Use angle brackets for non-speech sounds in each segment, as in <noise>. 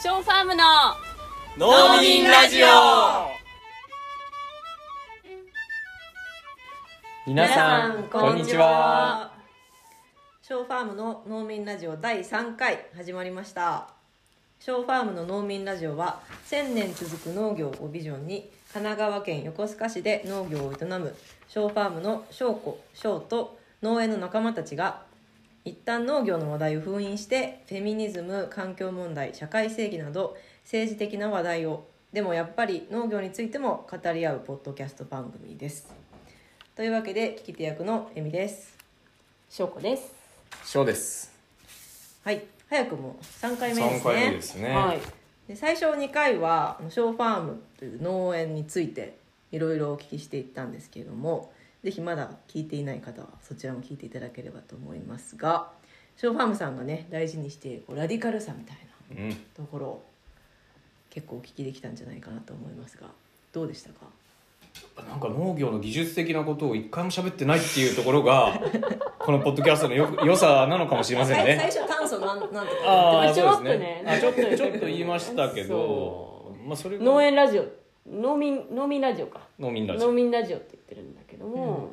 ショーファームの農民ラジオ皆さんこんにちはショーファームの農民ラジオ第3回始まりましたショーファームの農民ラジオは1000年続く農業をビジョンに神奈川県横須賀市で農業を営むショーファームの翔子翔と農園の仲間たちが一旦農業の話題を封印してフェミニズム環境問題社会正義など政治的な話題をでもやっぱり農業についても語り合うポッドキャスト番組ですというわけで聞き手役のえみです翔子です翔ですはい早くも3回目で3す回ね目ですね、はいで最初2回はあのショーファームという農園についていろいろお聞きしていったんですけれどもぜひまだ聞いていない方はそちらも聞いていただければと思いますがショーファームさんがね大事にしているこうラディカルさみたいなうん、ところを結構お聞きできたんじゃないかなと思いますがどうでしたかなんか農業の技術的なことを一回も喋ってないっていうところが <laughs> このポッドキャストのよ良さなのかもしれません最ね初炭素なんなんとかああちょっそとうねですねあちょっとちょっと言いましたけどそまあそれが農園ラジオ農民農民ラジオか農民ラジ農オ民ラジオって言ってるんだけども、うん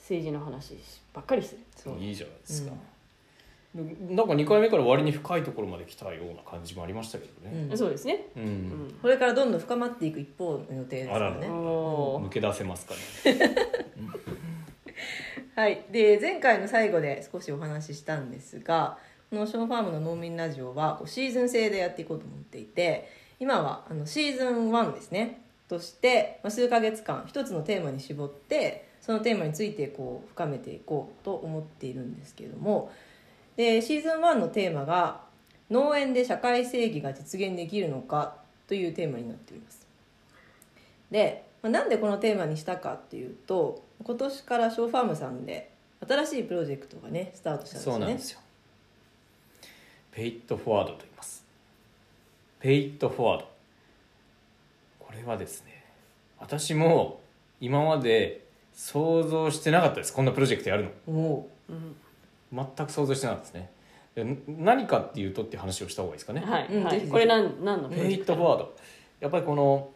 政治の話ばっかりしてるそういいじゃないですか、なんか2回目から割に深いところまで来たような感じもありましたけどね、うんそうですね、うんうんこれからどんどん深まっていく一方の予定ですよあららねおー抜け出せますかねはい、で前回の最後で少しお話ししたんですがこの「ショーファームの農民ラジオは」こうシーズン制でやっていこうと思っていて今はあのシーズン1ですねとしてまあ数ヶ月間一つのテーマに絞ってそのテーマについてこう深めていこうと思っているんですけれどもでシーズン1のテーマが「農園で社会正義が実現できるのか」というテーマになっています。で、まあなんでこのテーマにしたかっていうと今年からショーファームさんで新しいプロジェクトがねスタートしたんですそようなんねで。すよ。ペイットフォワードと言います。ペイットフォワード。これはですね、私も今まで想像してなかったです。こんなプロジェクトやるおうんの。全く想像してなかったですね。でな何かっていうとって話をした方がいいですかね。はい、うんはぜい、ひぜひこれなんなんのプロペジェイックトトフォワード。やっぱりこの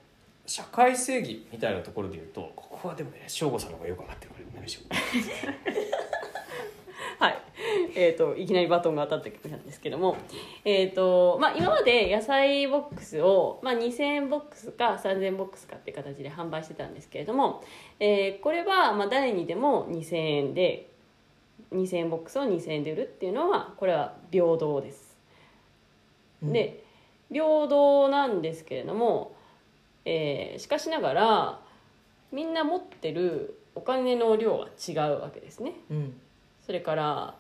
社会正義みたいなところで言うと、ここはでもね、省吾さんの方がよく分かってるからお願いしよう。 <laughs> はい、えー、といきなりバトンが当たった曲なんですけども、えーとまあ、今まで野菜ボックスを、まあ、2000円ボックスか3000円ボックスかっていう形で販売してたんですけれども、えーこれはまあ誰にでも2000円で2000円ボックスを2000円で売るっていうのはこれは平等です。うんで平等なんですけれども、えーしかしながらみんな持ってるお金の量は違うわけですね。うんそれから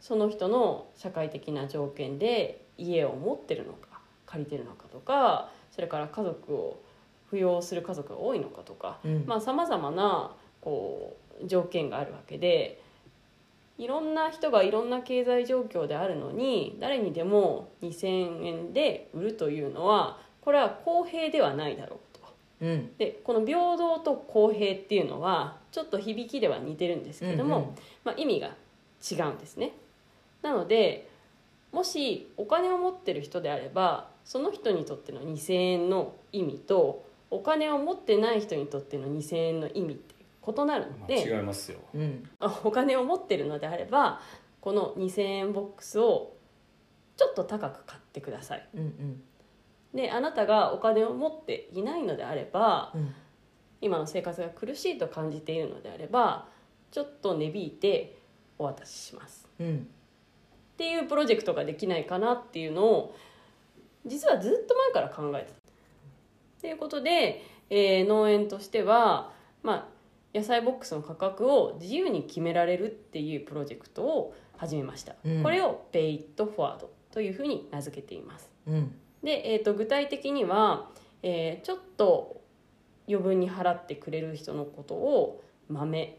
その人の社会的な条件で家を持ってるのか借りてるのかとかそれから家族を扶養する家族が多いのかとかうんまあさまざまなこう条件があるわけでいろんな人がいろんな経済状況であるのに誰にでも2,000円で売るというのはこれは公平ではないだろうと。うんでこの平等と公平っていうのはちょっと響きでは似てるんですけれども、うんうんまあ、意味が違うんですねなのでもしお金を持ってる人であればその人にとっての2,000円の意味とお金を持ってない人にとっての2,000円の意味って異なるので、まあ違いますよ。うんあお金を持ってるのであればこの2,000円ボックスをちょっと高く買ってくださいうんうんであなたがお金を持っていないのであればうん今の生活が苦しいと感じているのであればちょっと値引いてお渡ししますうんっていうプロジェクトができないかなっていうのを実はずっと前から考えてた。ということで、えー農園としては、まあ、野菜ボックスの価格を自由に決められるっていうプロジェクトを始めました、うんこれを「ペイットフォワード」というふうに名付けています。うんで、えー、と具体的には、えーちょっと余分に払ってくれる人のことを「豆」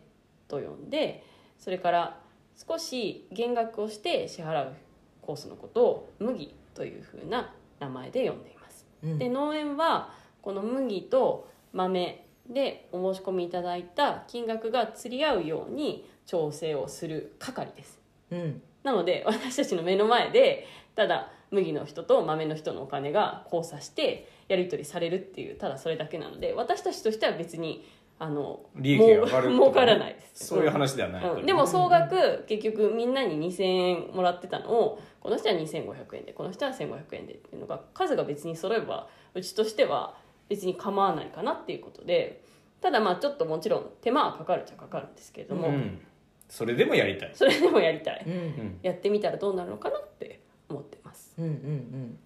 と呼んでそれから少し減額をして支払うコースのことを「麦」というふうな名前で呼んでいます。うんで農園はこの麦と豆でお申し込みいただいた金額が釣り合うように調整をする係です。うん <laughs> なので私たちの目の前でただ麦の人と豆の人のお金が交差してやり取りされるっていうただそれだけなので私たちとしては別にあの利益が上がるとかね儲からないですそういう話ではないからね、うん、でも総額結局みんなに2,000円もらってたのをこの人は2,500円でこの人は1,500円でっていうのが数が別に揃えばうちとしては別に構わないかなっていうことでただまあちょっともちろん手間はかかるっちゃかかるんですけれども、うんそれでもやりたい、それでもやりたい、うんうんうん、やってみたらどうなるのかなって思ってますうんうん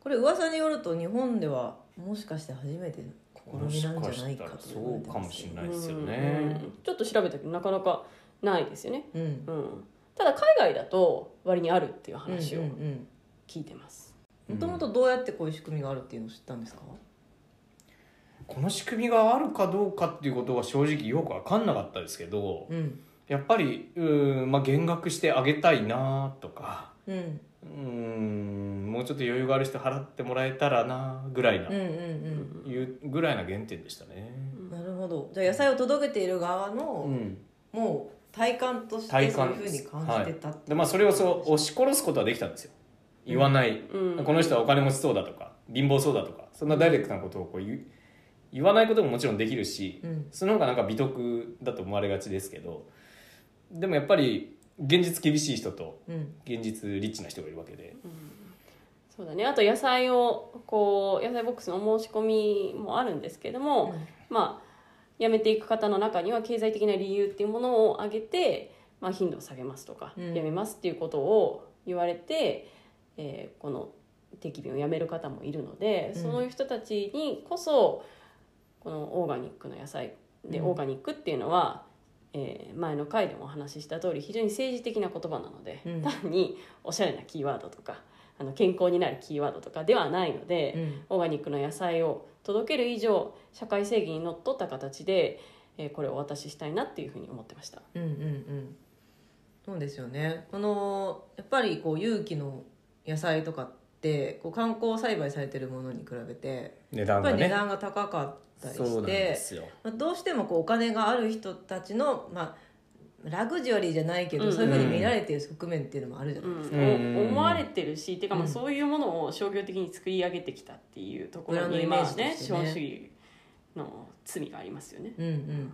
これ噂によると日本ではもしかして初めての試みなんじゃないかとそ言われうてかまもすしよれないですよねうんちょっと調べたけどなかなかないですよね、うんうん、ただ海外だと割にあるっていう話をうんうん聞いてます、もともとどうやってこういう仕組みがあるっていうのを知ったんですか、この仕組みがあるかどうかっていうことは正直よく分かんなかったですけどうんやっぱりうーん、まあ、減額してあげたいなとかうん、うんうーんもうちょっと余裕がある人払ってもらえたらなぐらいな、うんいうぐらいな原点でしたね。うんなるほどじゃあ野菜を届けている側の、うんもう体感として体そういう感ふうですに感じてたってでまあそれをそう押し殺すことはできたんですよ言わない、うんこの人はお金持ちそうだとか貧乏そうだとかそんなダイレクトなことをこう言う言わないことももちろんできるし、うんその方がなんか美徳だと思われがちですけどでもやっぱり現実厳しい人とうん現実リッチな人がいるわけで、そうだねあと野菜をこう野菜ボックスのお申し込みもあるんですけども、まあ辞めていく方の中には経済的な理由っていうものを挙げて、まあ、頻度を下げますとか、うんやめますっていうことを言われて、えーこの適便をやめる方もいるので、うんそういう人たちにこそこのオーガニックの野菜で、うんオーガニックっていうのは、えー前の回でもお話しした通り非常に政治的な言葉なので、うん単におしゃれなキーワードとかあの健康になるキーワードとかではないので。うんオーガニックの野菜を届ける以上社会正義にのっとった形で、えーこれをお渡ししたいなっていうふうに思ってました。うんうんうんそうですよねこのやっぱりこう有機の野菜とかってこう観光栽培されてるものに比べて値や段っぱりが値ね段が高かったりそうなしんてで、すよまあ、どうしてもこうお金がある人たちの、まあ、ラグジュアリーじゃないけど、うんうんそういうふうに見られてる側面っていうのもあるじゃうないですか、ん、お思われてるし、てかまうあんそういうものを商業的に作り上げてきたっていうところブランドにイメまーあジとしてねね資本主義の罪がありますよ <laughs> ね。うんうん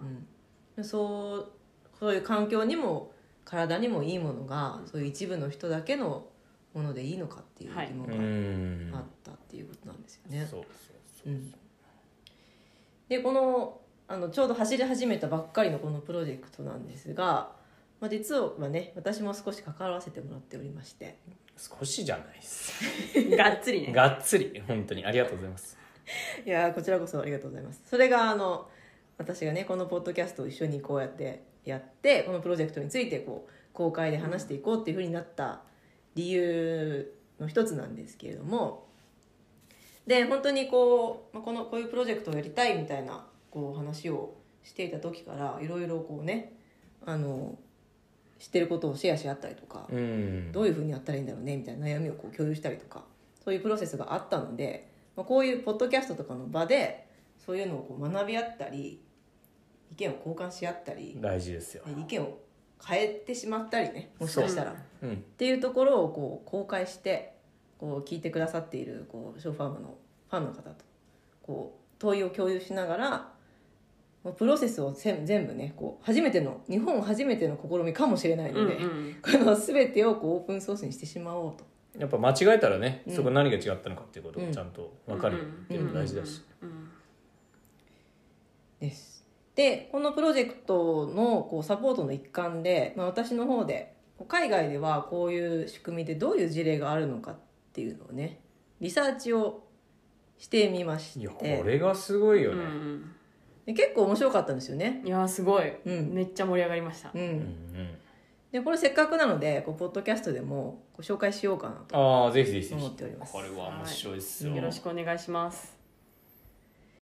うんそうそういう環境にも体にもいいものがそういう一部の人だけのものでいいのかっていう疑う問んがあったっていうことなんですよね。そうそううんでこのあのちょうど走り始めたばっかりのこのプロジェクトなんですが、まあ、実はね私も少し関わらせてもらっておりましてそう少しじゃないですがっつりね。がっつり本当にありがとうございますいやーこちらこそありがとうございますそれがあの私がねこのポッドキャストを一緒にこうやってやってこのプロジェクトについてこう公開で話していこうっていうふうになった理由の一つなんですけれどもで本当にこう、まあ、このこういうプロジェクトをやりたいみたいなこう話をしていた時からいろいろこうねあの知ってることをシェアし合ったりとかうんどういうふうにやったらいいんだろうねみたいな悩みをこう共有したりとかそういうプロセスがあったので、まあ、こういうポッドキャストとかの場でそういうのをこう学び合ったり意見を交換し合ったり大事ですよ、意見を変えてしまったりねもしかしたら。っうん、ていうところをこう公開してこう聞いてくださっているこうショーファームのファンの方とこう問いを共有しながらまあプロセスをせん全部ねこう初めての日本初めての試みかもしれないので。うんこの全てをこうオープンソースにしてしまおうと。やっぱ間違えたらね、うんそこ何が違ったのかっていうことがちゃんと分かるっていうのも大事だし、。うんうんです。でこのプロジェクトのこうサポートの一環で、まあ、私の方でこう海外ではこういう仕組みでどういう事例があるのかっていうのをねリサーチをしてみましいやこてれがすごいようんでね、結構面白かったんですよね。うんいやーすごい、うんめっちゃ盛り上がりましたう。うんん、うんでこれせっかくなのでこうポッドキャストでもご紹介しようかなとああぜひぜひぜ思っひておりますこ。れは面白いですよ、よろしくお願いします。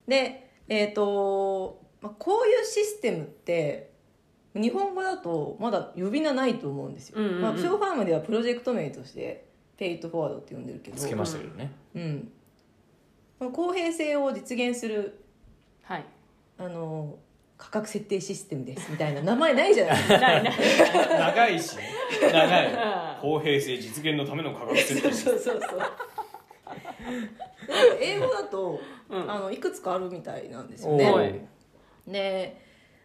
でえっ、と、まあ、こういうシステムって日本語だとまだ呼び名ないと思うんですよ、うんうんうんまあ、ショーファームではプロジェクト名として「ペイトフォワード」って呼んでるけどつけましたけどね、うんまあ公平性を実現するはい。あの価格設定システムですみたいな名前ないじゃないですかないない長いしね長いう公平性実現のための価格設定そうそうそうなんか英語だと、うんあのいくつかあるみたいなんですよおねはーいで、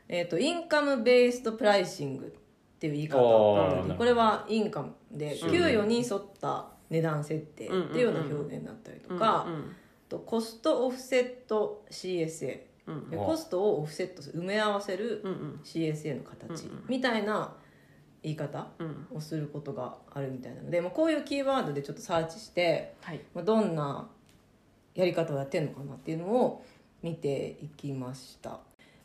えー、とインカム・ベースド・プライシングっていう言い方あーでこれはインカムでうん給与に沿った値段設定っていうような表現だったりとか、うんとコスト・オフセット CSA うんうんであーコストをオフセットする埋め合わせるうん CSA の形うんうんみたいな言い方うんをすることがあるみたいなので、まあ、こういうキーワードでちょっとサーチして、はいまあ、どんなやり方をやってるのかなっていうのを見ていきました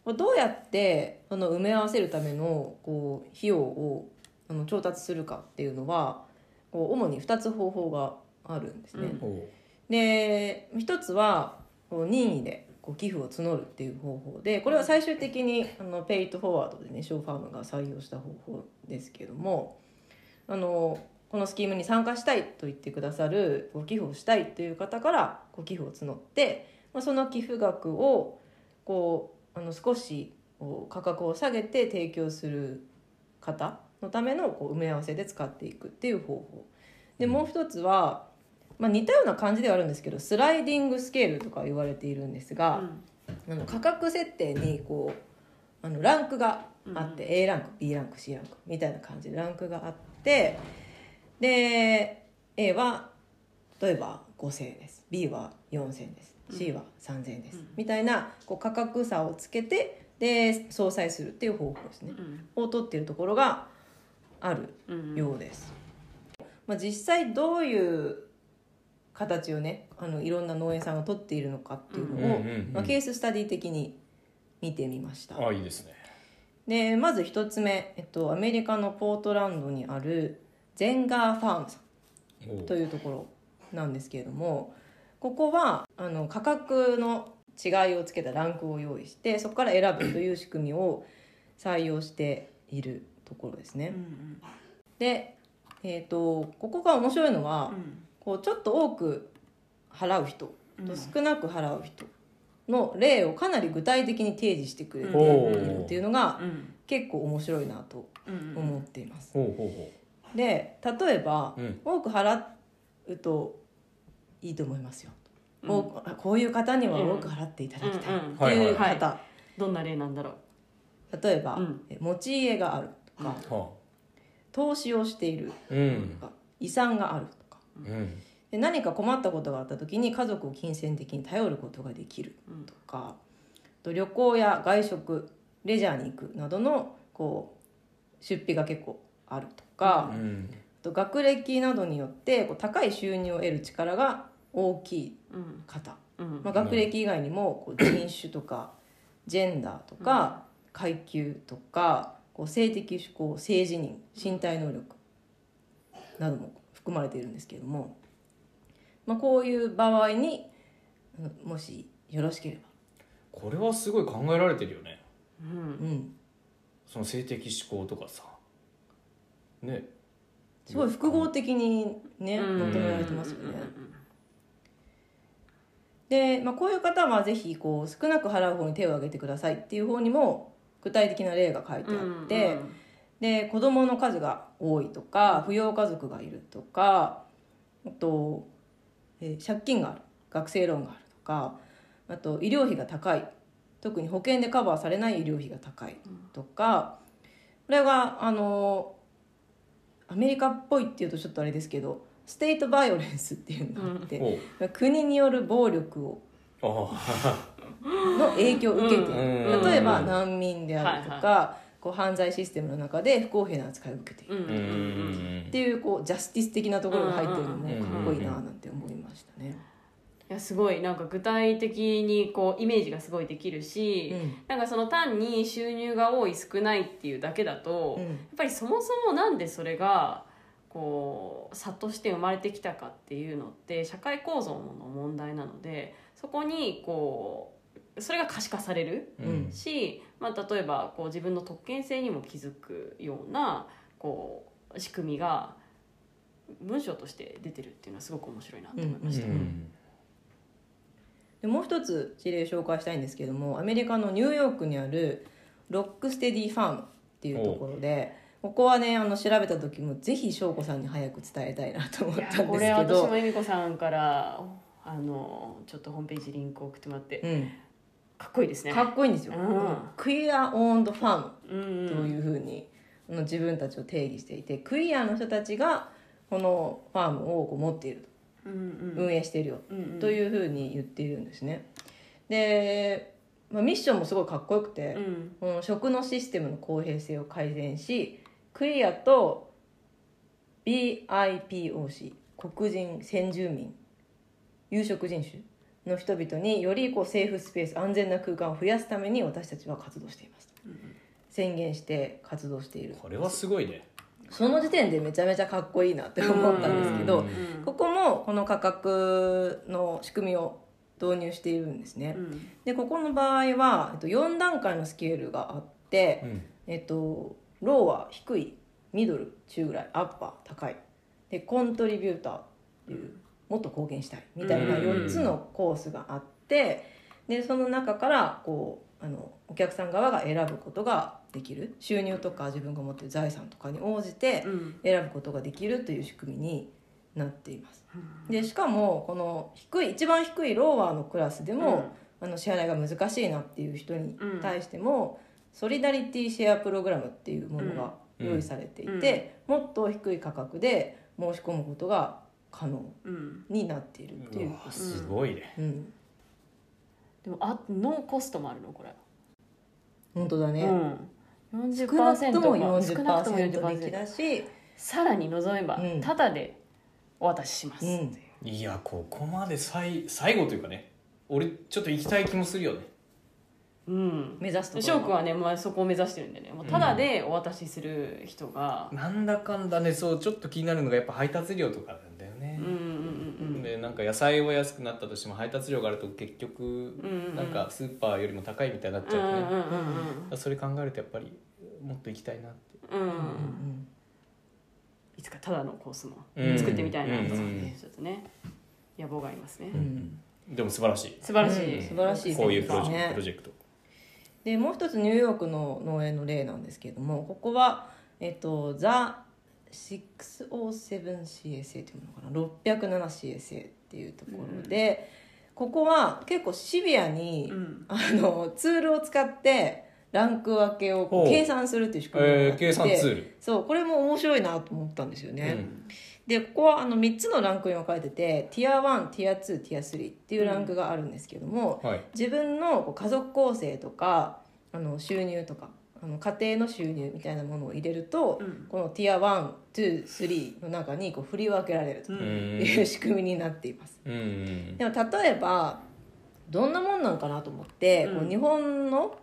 まあどうやってその埋め合わせるためのこう費用をあの調達するかっていうのはこう主に2つ方法があるんですね、うんおーで一つはこう任意でこう寄付を募るっていう方法でこれは最終的にあのペイトフォワードでねショーファームが採用した方法ですけどもあのこのスキームに参加したいと言ってくださるこう寄付をしたいという方からこう寄付を募って、まあ、その寄付額をこうあの少しこう価格を下げて提供する方のためのこう埋め合わせで使っていくっていう方法でもう一つは、まあ、似たような感じではあるんですけどスライディングスケールとか言われているんですが、あの価格設定にこうあのランクがあって、A ランク B ランク C ランクみたいな感じでランクがあってで A は例えば5,000円です B は4,000円ですうん C は3,000円です、うんみたいなこう価格差をつけてで相殺するっていう方法ですねう、んを取っているところがあるうんようです、まあ、実際どういう形をねあのいろんな農園さんが取っているのかっていうのを、うんうんうんうんまあ、ケーススタディ的に見てみましたあいいですねでまず一つ目、えっと、アメリカのポートランドにあるゼンガーファームさんおーというところなんですけれどもここはあの価格の違いをつけたランクを用意してそこから選ぶという仕組みを採用しているところですね。うんで、えー、とここが面白いのは、うんこうちょっと多く払う人うんと少なく払う人の例をかなり具体的に提示してくれておいるっていうのがうん結構面白いなとうん思っています。ほうほで例えば、うほううん多く払うといいと思いますよ、うん多くこういう方には多く払っていただきたいうんうんっていうはい方どんな例なんだろう例えば、うんえ持ち家があるとかは投資をしているあうとんか遺産があるとかうんで何か困ったことがあった時に家族を金銭的に頼ることができるうんとかあと旅行や外食レジャーに行くなどのこう出費が結構あるとか、うあんと学歴などによってこう高い収入を得る力が大きいうん方、うんまあ、学歴以外にもこう人種 <coughs> とかジェンダーとか階級とかこう性的指向性自認身体能力なども含まれているんですけれども、まあ、こういう場合にあのもしよろしければ、これはすごい考えられてるよねうんうん、その性的指向とかさねすごい複合的にねうん求められてますよね。うで、まあ、こういう方はぜひこう少なく払う方に手を挙げてくださいっていう方にも具体的な例が書いてんあうんうんって、で子供の数が多いとか扶養家族がいるとかあと、えー借金がある学生ローンがあるとかあと医療費が高い特に保険でカバーされない医療費が高いとかこれがあのアメリカっぽいっていうとちょっとあれですけどステートバイオレンスっていうのがあって、おう国による暴力をあの影響を受けている、うん例えば難民であるとか、はこう犯罪システムの中で不公平な扱いを受けているうんあうんうんいっていうこうジャスティス的なところが入ってるのもうんかっこいいななんて思いましたね。やすごいなんか具体的にこうイメージがすごいできるし、なんかその単に収入が多い少ないっていうだけだと、うやっんぱりそもそもなんでそれがこう差として生まれてきたかっていうのって社会構造の問題なのでそこにこうそれが可視化されるうんし、まあ、例えばこう自分の特権性にも気づくようなこう仕組みが文章として出てるっていうのはすごく面白いなと思いまうしんた。んでもう一つ事例紹介したいんですけれどもアメリカのニューヨークにあるロックステディファームっていうところでここはねあの調べた時もぜひ翔子さんに早く伝えたいなと思っいやたんこですれけ私もど。恵美子さんからあのちょっとホームページリンク送ってもらって、うん、かっこいいですねかっこいいんですよ、うんクイア・オンド・ファーうムんうんというふうに、あの自分たちを定義していてクイアの人たちがこのファームをこう持っているうんうん運営しているようんうんというふうに言っているんですね。で、まあ、ミッションもすごいかっこよくて、うんこの食のシステムの公平性を改善しクイアと BIPOC 黒人先住民有色人種の人々によりこうセーフスペース安全な空間を増やすために私たちは活動しています、宣言して活動しているこれはすごいねその時点でめちゃめちゃかっこいいなって思ったんですけど、うんここもこの価格の仕組みを導入しているんですね、うんでここの場合は、えっと、4段階のスケールがあって、うんえっと、ローは低いミドル中ぐらいアッパー高いでコントリビューターっていうもっと貢献したいみたいなうん4つのコースがあってでその中からこうあのお客さん側が選ぶことができる収入とか自分が持ってる財産とかに応じてうん選ぶことができるという仕組みになっています。うんでしかもこの低い一番低いローワーのクラスでも、あの支払いが難しいなっていう人に対しても、ソリダリティシェアプログラムっていうものがうん用意されていて、もっと低い価格で申し込むことが可能うんになっているっていううわすごいねうん、でもあノーコストもあるのこれ本当だね、うん40%少なくともか少なくとも40%引き40%だし、さらに望めばうんタダでお渡しします、うん、いやここまで最最後というかね俺ちょっと行きたい気もするよねうん目指すところ翔くんはね、まあ、そこを目指してるんでねもうただでお渡しする人が、なんだかんだねそうちょっと気になるのがやっぱ配達料とかなんだようねん、うんうんでなんか野菜は安くなったとしても配達料があると結局うんうんうんなんかスーパーよりも高いみたいになっうちんうゃうとね、んうんそれ考えるとやっぱりもっと行きたいなってうんうんううんんいつかただのコースもうん作ってみたいなうんとうんちょっとね野望がありますね、うんでも素晴らしい素晴らしい、うん素晴らしいこういうプロジですェクねトプロジェクトでもう一つニューヨークの農園の例なんですけれどもここは、えっと、ザ 607CSA というのかな 607CSA っていうところで、ここは結構シビアに、うんあのツールを使ってランク分けをこうほう計算するっていう仕組みにえなーってて計算ツール、そうこれも面白いなと思ったんですよね。うんでここはあの3つのランクに分かれててティア1ティア2ティア3っていうランクがあるんですけども、はい自分のこう家族構成とかあの収入とかあの家庭の収入みたいなものを入れると、うんこのティア123の中にこう振り分けられるとうんいう仕組みになっています。うんうんでも例えばどんなもんなんかなと思って、うんこう日本の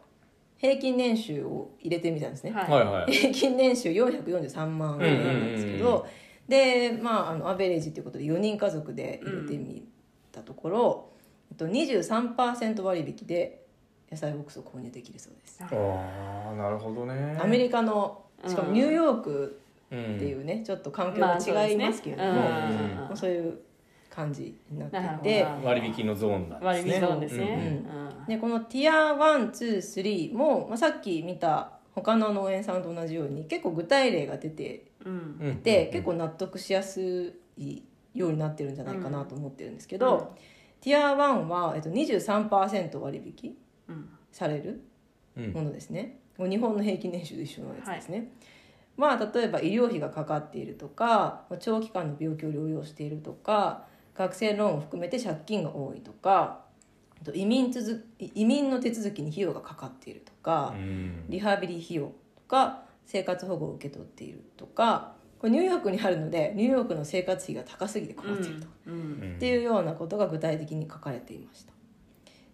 平均年収を入れてみたんですね。はいは <laughs> い平均年収443万円なんですけど、うんうんうんでまああのアベレージということで4人家族で入れてみたところ、えっと23%割引で野菜ボックスを購入できるそうです、ああなるほどねアメリカのしかもニューヨークカっっていうね、ちょっと環境が違いますけれども、ままあそうですねうんうんあそういう感じになってなるほどてなるほど割引のゾーンなんです割ね引ゾーンですねうんでこのティア123も、まあ、さっき見た他の農園さんと同じように結構具体例が出てうんうんうんで結構納得しやすいようになってるんじゃないかなと思ってるんですけど、ティア1は、えっと、23%割引うんされるうんものですね、もう日本の平均年収と一緒のやつですね。まあ、例えば医療費がかかっているとかまあ長期間の病気を療養しているとか学生ローンを含めて借金が多いとかあと移民続移民の手続きに費用がかかっているとか、うんリハビリ費用とか生活保護を受け取っているとかこれニューヨークにあるのでニューヨークの生活費が高すぎて困っているとか、うんうんうんっていうようなことが具体的に書かれていました。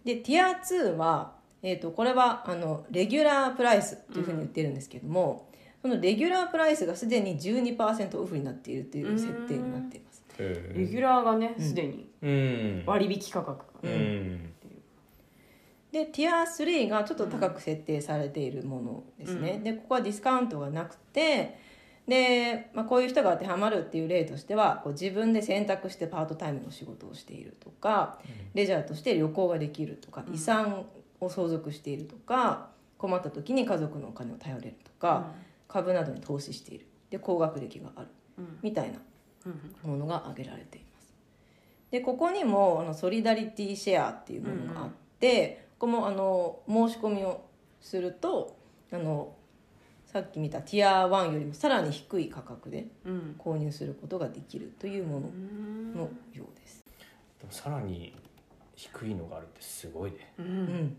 でティア2は、えー、とこれはあのレギュラープライスというふうに言ってるんですけども、そのレギュラープライスがすでに12%オフになっているという設定になっています。へレギューラーがねすでにうん割引価格うがんでティア3がちょっと高く設定されているものですね、うんでここはディスカウントがなくてで、まあ、こういう人が当てはまるっていう例としてはこう自分で選択してパートタイムの仕事をしているとか、レジャーとして旅行ができるとかうん遺産を相続しているとか、困った時に家族のお金を頼れるとか、株などに投資しているで高学歴があるうんみたいなうんものが挙げられています。でここにもあのソリダリティシェアっていうものがあって、ここもあの申し込みをするとあのさっき見たティア1よりもさらに低い価格でうん購入することができるというものうんのようです。でもさらに低いのがあるってすごいねううんん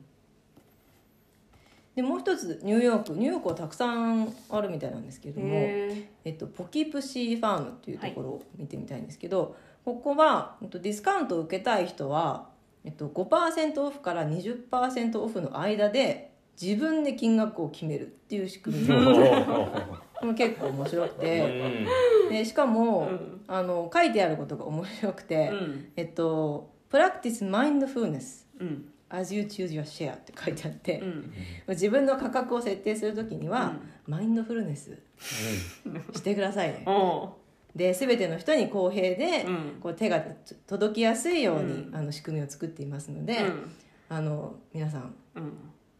でもう一つニューヨークニューヨークはたくさんあるみたいなんですけれども、へえっと、ポキプシーファームっていうところを見てみたいんですけど、ここは、えっと、ディスカウントを受けたい人は、えっと、5%オフから20%オフの間で自分で金額を決めるっていう仕組み <laughs> おがーこれ結構面白くうてんでしかも、うんあの書いてあることが面白くて、えうんえっと「Practice Mindfulness うん as you choose your share」って書いてあって、うん自分の価格を設定する時には、マインドフルネスしてくださいね。おで全ての人に公平で、うんこう手が届きやすいように、うんあの仕組みを作っていますのうで、んあの皆さんうん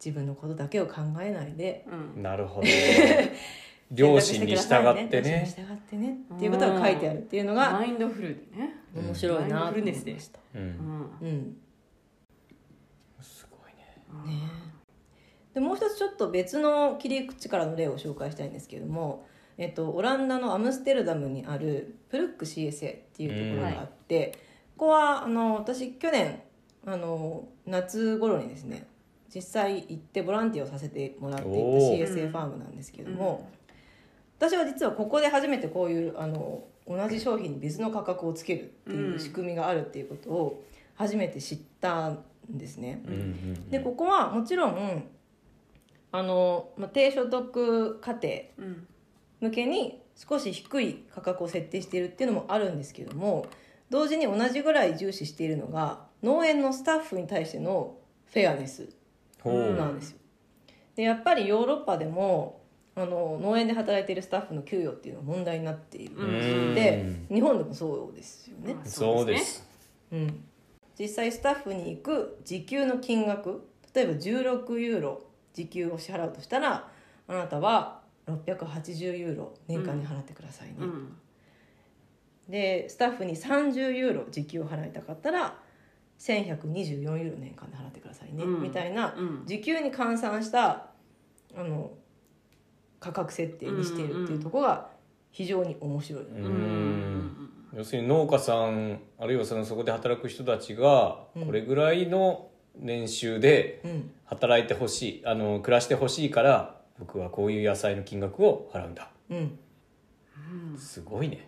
自分のことだけを考えないでうんなるほど両親に従って選択ねしてください両親に従ってねっていうことが書いてあるっていうのがマインドフルでねうん面白いなと思いマインドフルネスでましした。ううんんうんすごいねね、でもう一つちょっと別の切り口からの例を紹介したいんですけれども、えっと、オランダのアムステルダムにあるプルック CSA っていうところがあって、ここはあの私去年あの夏頃にですね実際行ってボランティアをさせてもらっていたおー CSA ファームなんですけれども、私は実はここで初めてこういうあの同じ商品に別の価格をつけるっていう仕組みがあるっていうことを初めて知ったんですね。うんうんでここはもちろんあの、まあ、低所得家庭うん向けに少し低い価格を設定しているっていうのもあるんですけども同時に同じぐらい重視しているのが農園のスタッフに対してのフェアネスほううなんですよ。でやっぱりヨーロッパでもあの農園で働いているスタッフの給与っていうのは問題になっている、うんで日本でもそうですよね。そうですうん、実際スタッフに行く時給の金額例えば16ユーロ時給を支払うとしたらあなたは680ユーロ年間に払ってくださいね、うんでスタッフに30ユーロ時給を払いたかったら1124ユーロ年間で払ってくださいね、うんみたいなうん時給に換算したあの価格設定にしているっていうところが非常に面白い、ううんん要するに農家さんあるいはそのそこで働く人たちがうんこれぐらいの年収でうん、働いてほしいあの暮らしてほしいから僕はこういう野菜の金額を払うんだうん、うんすごいね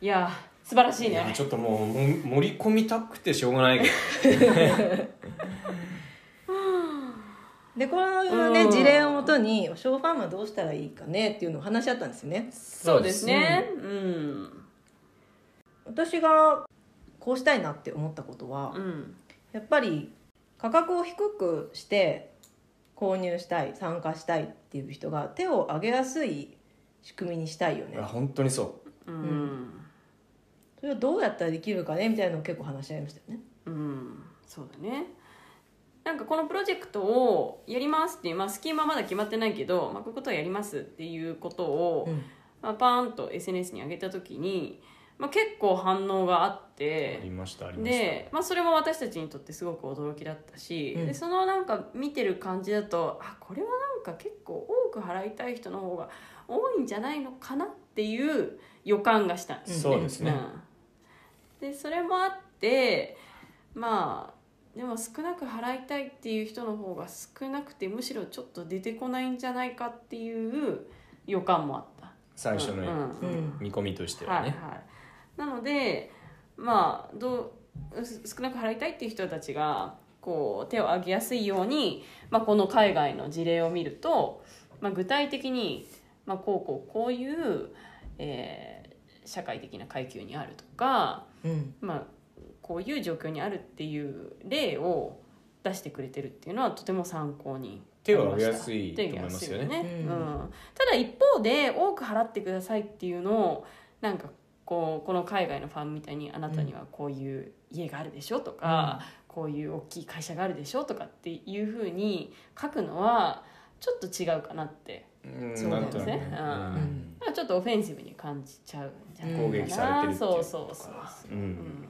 いや素晴らしいいやねちょっともうも盛り込みたくてしょうがないけどでこのねうん事例をもとにショーファンはどうしたらいいかねっていうのを話し合ったんですよねそうですねうん私がこうしたいなって思ったことはうんやっぱり価格を低くして購入したい参加したいっていう人が手を挙げやすい仕組みにしたいよいねや本当にそうんそれをどうやったらできるかねみたいなのを結構話し合いましたよねうんそうだねなんかこのプロジェクトをやりますっていう、まあ、スキーマはまだ決まってないけど、まあ、こういうことをやりますっていうことを、うんまあ、パーンと SNS に上げた時に、まあ、結構反応があっうありてましたありましたで、まあ、それも私たちにとってすごく驚きだったし、うんでそのなんか見てる感じだとあこれはなんか結構多く払いたい人の方が多いんじゃないのかなっていう予感がしたんですそうですね、うん、でそれもあってまあでも少なく払いたいっていう人の方が少なくてむしろちょっと出てこないんじゃないかっていう予感もあった最初うんのうんうん見込みとしてははいはいね、なのでまあどうす少なく払いたいっていう人たちがこう手を挙げやすいように、まあ、この海外の事例を見ると、まあ、具体的に、まあ、こうこうこういう、えー社会的な階級にあるとか、うんまあ、こういう状況にあるっていう例を出してくれてるっていうのはとても参考に手を挙げやすいと思いますよね手を挙げやすいよねうんうんただ一方で多く払ってくださいっていうのをなんかこうこの海外のファンみたいにあなたにはこういう家があるでしょとか、こういう大きい会社があるでしょとかっていうふうに書くのはちょっと違うかなってうんそうなんとですなくねねううんんちょっとオフェンシブに感じちゃうんじゃないかな攻撃されてるってそいううそうそうそう、うん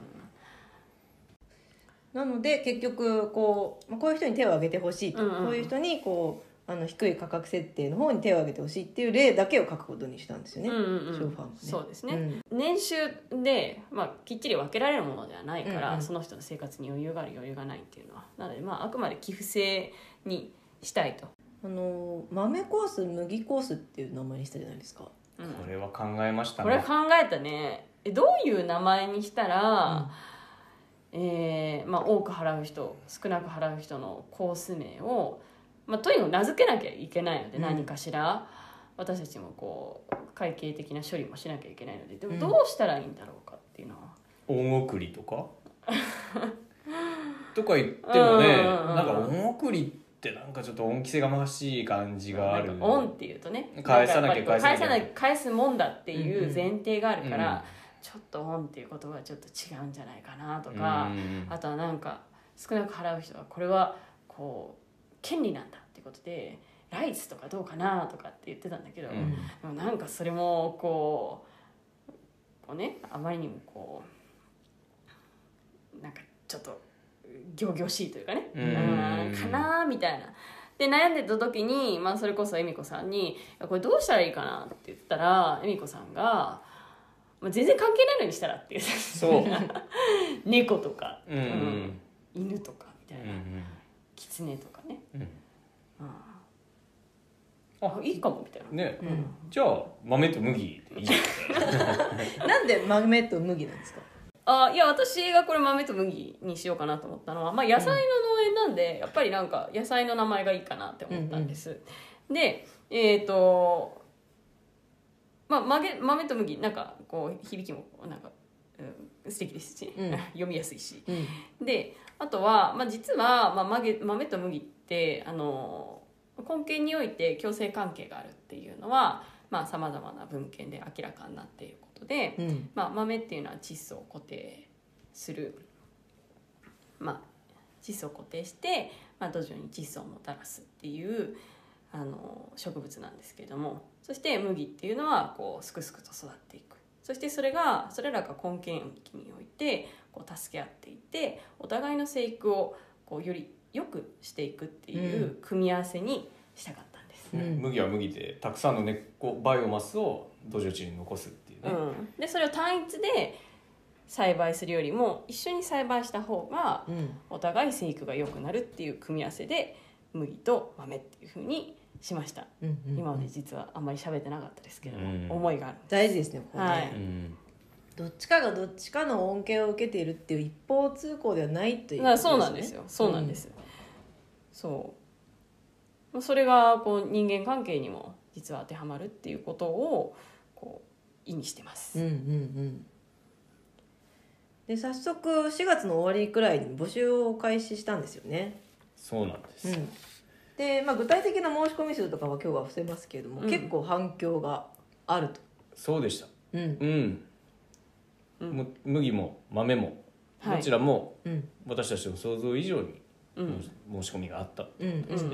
なので結局こうまあこういう人に手を挙げてほしいと、うんうんこういう人にこうあの低い価格設定の方に手を挙げてほしいっていう例だけを書くことにしたんですよね。うんうんうんショーファーもねそうですね、年収で、まあ、きっちり分けられるものではないから、うんうんその人の生活に余裕がある余裕がないっていうのはなので、まあ、あくまで寄付制にしたいと、うんあの豆コース麦コースっていう名前にしたじゃないですか。うんこれは考えましたこれ考えたねえどういう名前にしたら、えーまあ、多く払う人少なく払う人のコース名を、まあ、とにかく名付けなきゃいけないので、うん何かしら私たちもこう会計的な処理もしなきゃいけないのででうんもどうしたらいいんだろうかっていうのは、大送りと <laughs> かとか言ってもうねんうんうんなんか大送りってなんかちょっと恩着せがましい感じがあるなんかオンっていうとね返さなきゃんかやっぱりこう返返ささなきゃなきゃ返すもんだっていんううんう前提があるから、うんちょっとオンっていう言葉はちょっと違うんじゃないかなととか、あとはなんか少なく払う人はこれはこう権利なんだってことでライツとかどうかなとかって言ってたんだけど、うんでもなんかそれもこうこうねあまりにもこうなんかちょっと仰々しいというかねうんうんかなーみたいな。で悩んでた時に、まあ、それこそ恵美子さんにいや「これどうしたらいいかな?」って言ったら恵美子さんが「まあ、全然関係ないのにしたら」って言ってそう <laughs> 猫とか、うんうんうん犬とかみたういな、ん狐とかね、うんうんあいいかもみたいな、ねうんじゃあ豆と麦でいいじゃんなんで豆と麦なんですか。あいや私がこれ豆と麦にしようかなと思ったのは、まあ、野菜の農園なんで、やっぱりなんか野菜の名前がいいかなって思ったんです、でえっ、とまあ、まげ豆と麦なんかこう響きもなんか、うん、素敵ですし、うん <laughs> 読みやすいしうんであとは、まあ、実は、まあ、まげ豆と麦ってあの根源において共生関係があるっていうのはさまざ、まな文献で明らかになっていることで、うんまあ、豆っていうのは窒素を固定する、まあ、窒素を固定して、まあ、土壌に窒素をもたらすっていうあの植物なんですけれどもそして麦っていうのはこうすくすくと育っていくそしてそれがそれらが根源域においてこう助け合っていてお互いの生育をこうより良くしていくっていう組み合わせにしたかったんです。うん麦は麦でたくさんの根っこバイオマスを土壌地に残すっていうね、うん、でそれを単一で栽培するよりも一緒に栽培した方がうんお互い生育が良くなるっていう組み合わせで麦と豆っていう風にしました、うんうん今まで実はあんまり喋ってなかったですけれども、うん思いがある大事ですね。ここねはいうんどっちかがどっちかの恩恵を受けているっていう一方通行ではないというだこかとらそうなんですよ、そうなんで。す、そうまあそれがこう人間関係にも実は当てはまるっていうことをこう意味してます、うんうんうん。で早速4月の終わりくらいに募集を開始したんですよね。そうなんです、うん、で、まあ、具体的な申し込み数とかは今日は伏せますけれども、うん結構反響があると。そうでしたうんうん、うんむ麦も豆もはいどちらもうん私たちの想像以上にうん申し込みがあった、うんうんうんう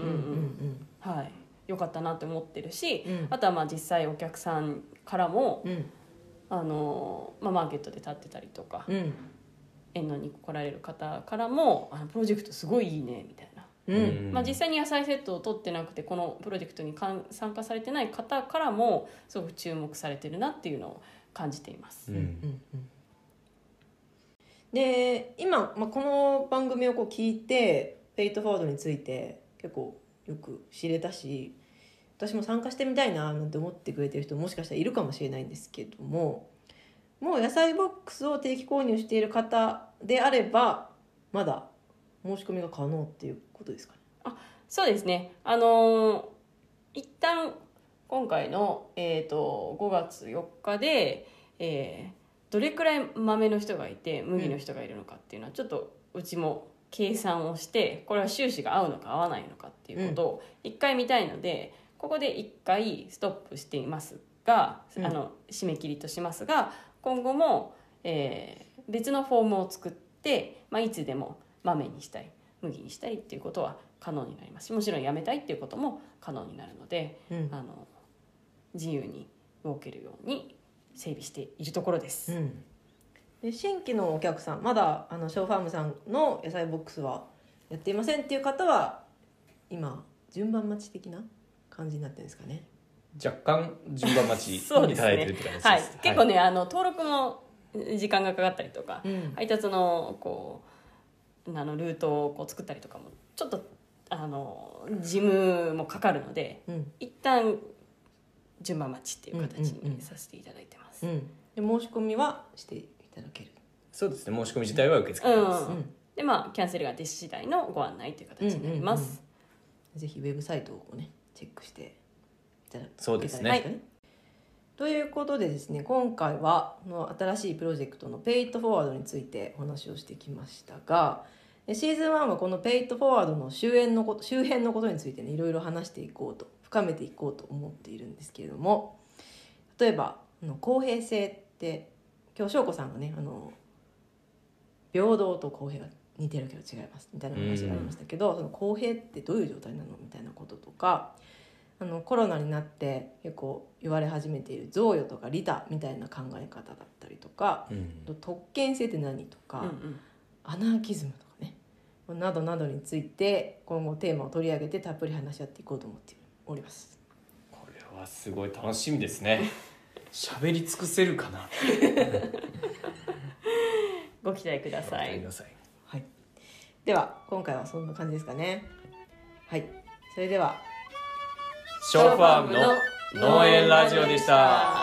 んはい、良かったなって思ってるし、うんあとはまあ実際お客さんからも、うんうんあのまあ、マーケットで立ってたりとか、うん遠野に来られる方からも「あのプロジェクトすごいいいね」みたいな、うんまあ、実際に野菜セットを取ってなくてこのプロジェクトにかん参加されてない方からもすごく注目されてるなっていうのを感じています。ううんんうんで今、まあ、この番組をこう聞いてペイトフォワードについて結構よく知れたし私も参加してみたいななんて思ってくれてる人もしかしたらいるかもしれないんですけどももう野菜ボックスを定期購入している方であればまだ申し込みが可能っていうことですかね。そうですね。あのー一旦今回のえっ、と5月4日で、えーどれくらい豆の人がいて麦の人がいるのかっていうのは、ちょっとうちも計算をしてこれは収支が合うのか合わないのかっていうことを一回見たいので、ここで一回ストップしていますが、うんあの締め切りとしますが今後も、えー別のフォームを作って、まあ、いつでも豆にしたい麦にしたいっていうことは可能になりますしもちろん辞めたいっていうことも可能になるのでうんあの自由に動けるように整備しているところです。うん、で新規のお客さんまだあのショーファームさんの野菜ボックスはやっていませんっていう方は今順番待ち的な感じになってるんですかね若干順番待ちそういですただいてるっねて感じです。はい、結構ね、あの登録も時間がかかったりとか、うん配達のこうあのルートをこう作ったりとかもちょっとあの事務もかかるのでうん一旦順番待ちっていう形うんうんうんにさせていただいてます。うんで申し込みはしていただけるそうですね。申し込み自体は受け付けてます。ううんでまあキャンセルが出次第のご案内という形になります。ぜひウェブサイトをねチェックしていただそうですねいただけたらいいかということでですね今回はこの新しいプロジェクトの「ペイトフォワード」についてお話をしてきましたがでシーズン1はこの「ペイトフォワード」の周辺のこと周辺のことについてねいろいろ話していこうと深めていこうと思っているんですけれども例えばあの公平性って今日翔子さんがねあの平等と公平が似てるけど違いますみたいな話がありましたけど、その公平ってどういう状態なのみたいなこととかあのコロナになって結構言われ始めている贈与とか利他みたいな考え方だったりとか、うん特権性って何とか、うんうんアナーキズムとかねなどなどについて今後テーマを取り上げてたっぷり話し合っていこうと思っております。これはすごい楽しみです <laughs> ね。喋り尽くせるかな。ご期待くださいご。期待くだはい、では今回はそんな感じですかね。はい、それではショーファームの農園ラジオでした。